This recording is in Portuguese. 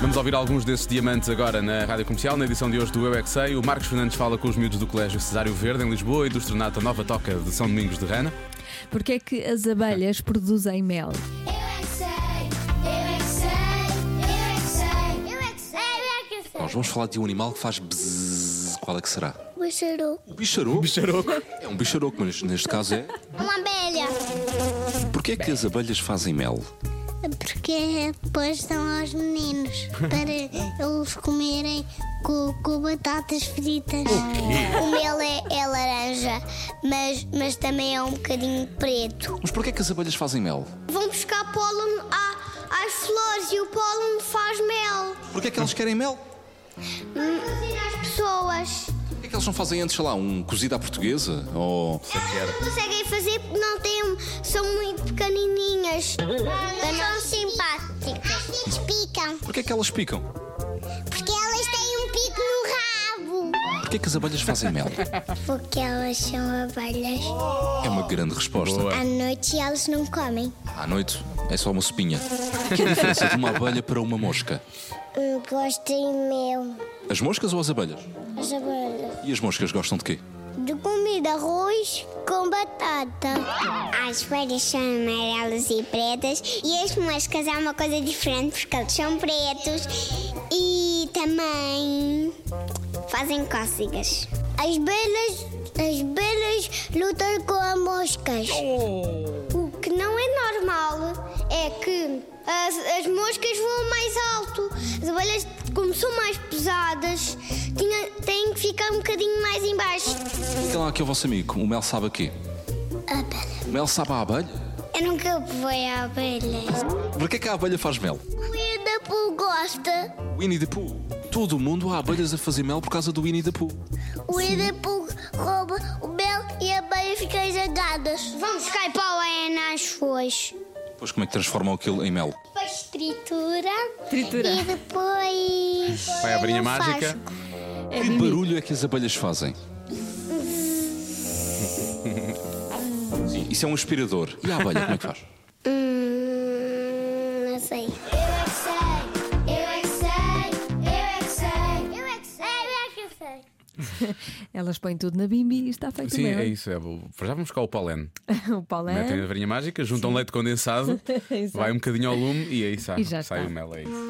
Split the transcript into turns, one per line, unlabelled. Vamos ouvir alguns desses diamantes agora na Rádio Comercial, na edição de hoje do Eu é que Sei. O Marcos Fernandes fala com os miúdos do Colégio Cesário Verde, em Lisboa, e do Estrenato Nova Toca de São Domingos de Rana.
Porque é que as abelhas produzem mel?
Eu é que sei, eu é que sei, eu é que sei, eu é que sei, eu é que sei, eu é que sei.
Nós vamos falar de um animal que faz bzzz. Qual é que será?
Bucharu.
Um bicharoco. bicharoco. É um bicharoco, mas neste caso é.
Uma abelha.
Porquê é que as abelhas fazem mel?
Porque depois dão aos meninos para eles comerem com, com batatas fritas. O mel é, é laranja, mas, mas também é um bocadinho preto.
Mas porquê é que as abelhas fazem mel?
Vão buscar pólen às flores e o pólen faz mel.
Porquê é que elas querem mel?
As pessoas.
Porquê é que elas não fazem antes, sei lá, um cozido à portuguesa? Ou.
Elas não conseguem fazer porque não têm, um, são muito pequenininhas. Não são simpáticas. Eles picam,
Porquê é que elas picam?
porque elas têm um pico no rabo.
Porquê é que as abelhas fazem mel?
Porque elas são abelhas.
É uma grande resposta.
Boa.
À noite elas não comem.
À noite é só uma sopinha. Que é a diferença de uma abelha para uma mosca?
Gostem Um meu.
As moscas ou as abelhas?
As abelhas.
E as moscas gostam de quê?
De comida arroz com batata. As folhas são amarelas e pretas e as moscas é uma coisa diferente porque eles são pretos e também fazem cócegas. As belas, as belas lutam com as moscas. O que não é normal é que as, as moscas voam mais alto, as abelhas, como são mais pesadas, tinha- têm que ficar um bocadinho mais embaixo.
Diga lá aqui ao vosso amigo, o mel sabe a quê? O mel sabe a abelha?
Eu nunca fui a abelha.
Porquê é que a abelha faz mel?
Comida por gosta.
Winnie the Pooh. Todo mundo há abelhas a fazer mel por causa do Winnie the Pooh.
O Liverpool rouba o mel e a abelha fica zagadas. Vamos buscar para o nas folhas.
Depois como é que transformam aquilo em mel?
Depois tritura.
Tritura.
E depois.
Vai à varinha mágica.
que barulho é que as abelhas fazem? Sim, isso é um aspirador. E a abelha, como é que faz?
Hum, não sei. Eu é que sei, eu é que sei, eu é que sei, eu é que sei.
Elas põem tudo na bimbi e está feito
Sim,
mel.
é isso. É, bom. já vamos buscar o polen.
o Paulo é-
Metem a varinha mágica, juntam leite condensado,
Exato.
vai um bocadinho ao lume e aí sai,
E já
sai
está.
o mel. É isso.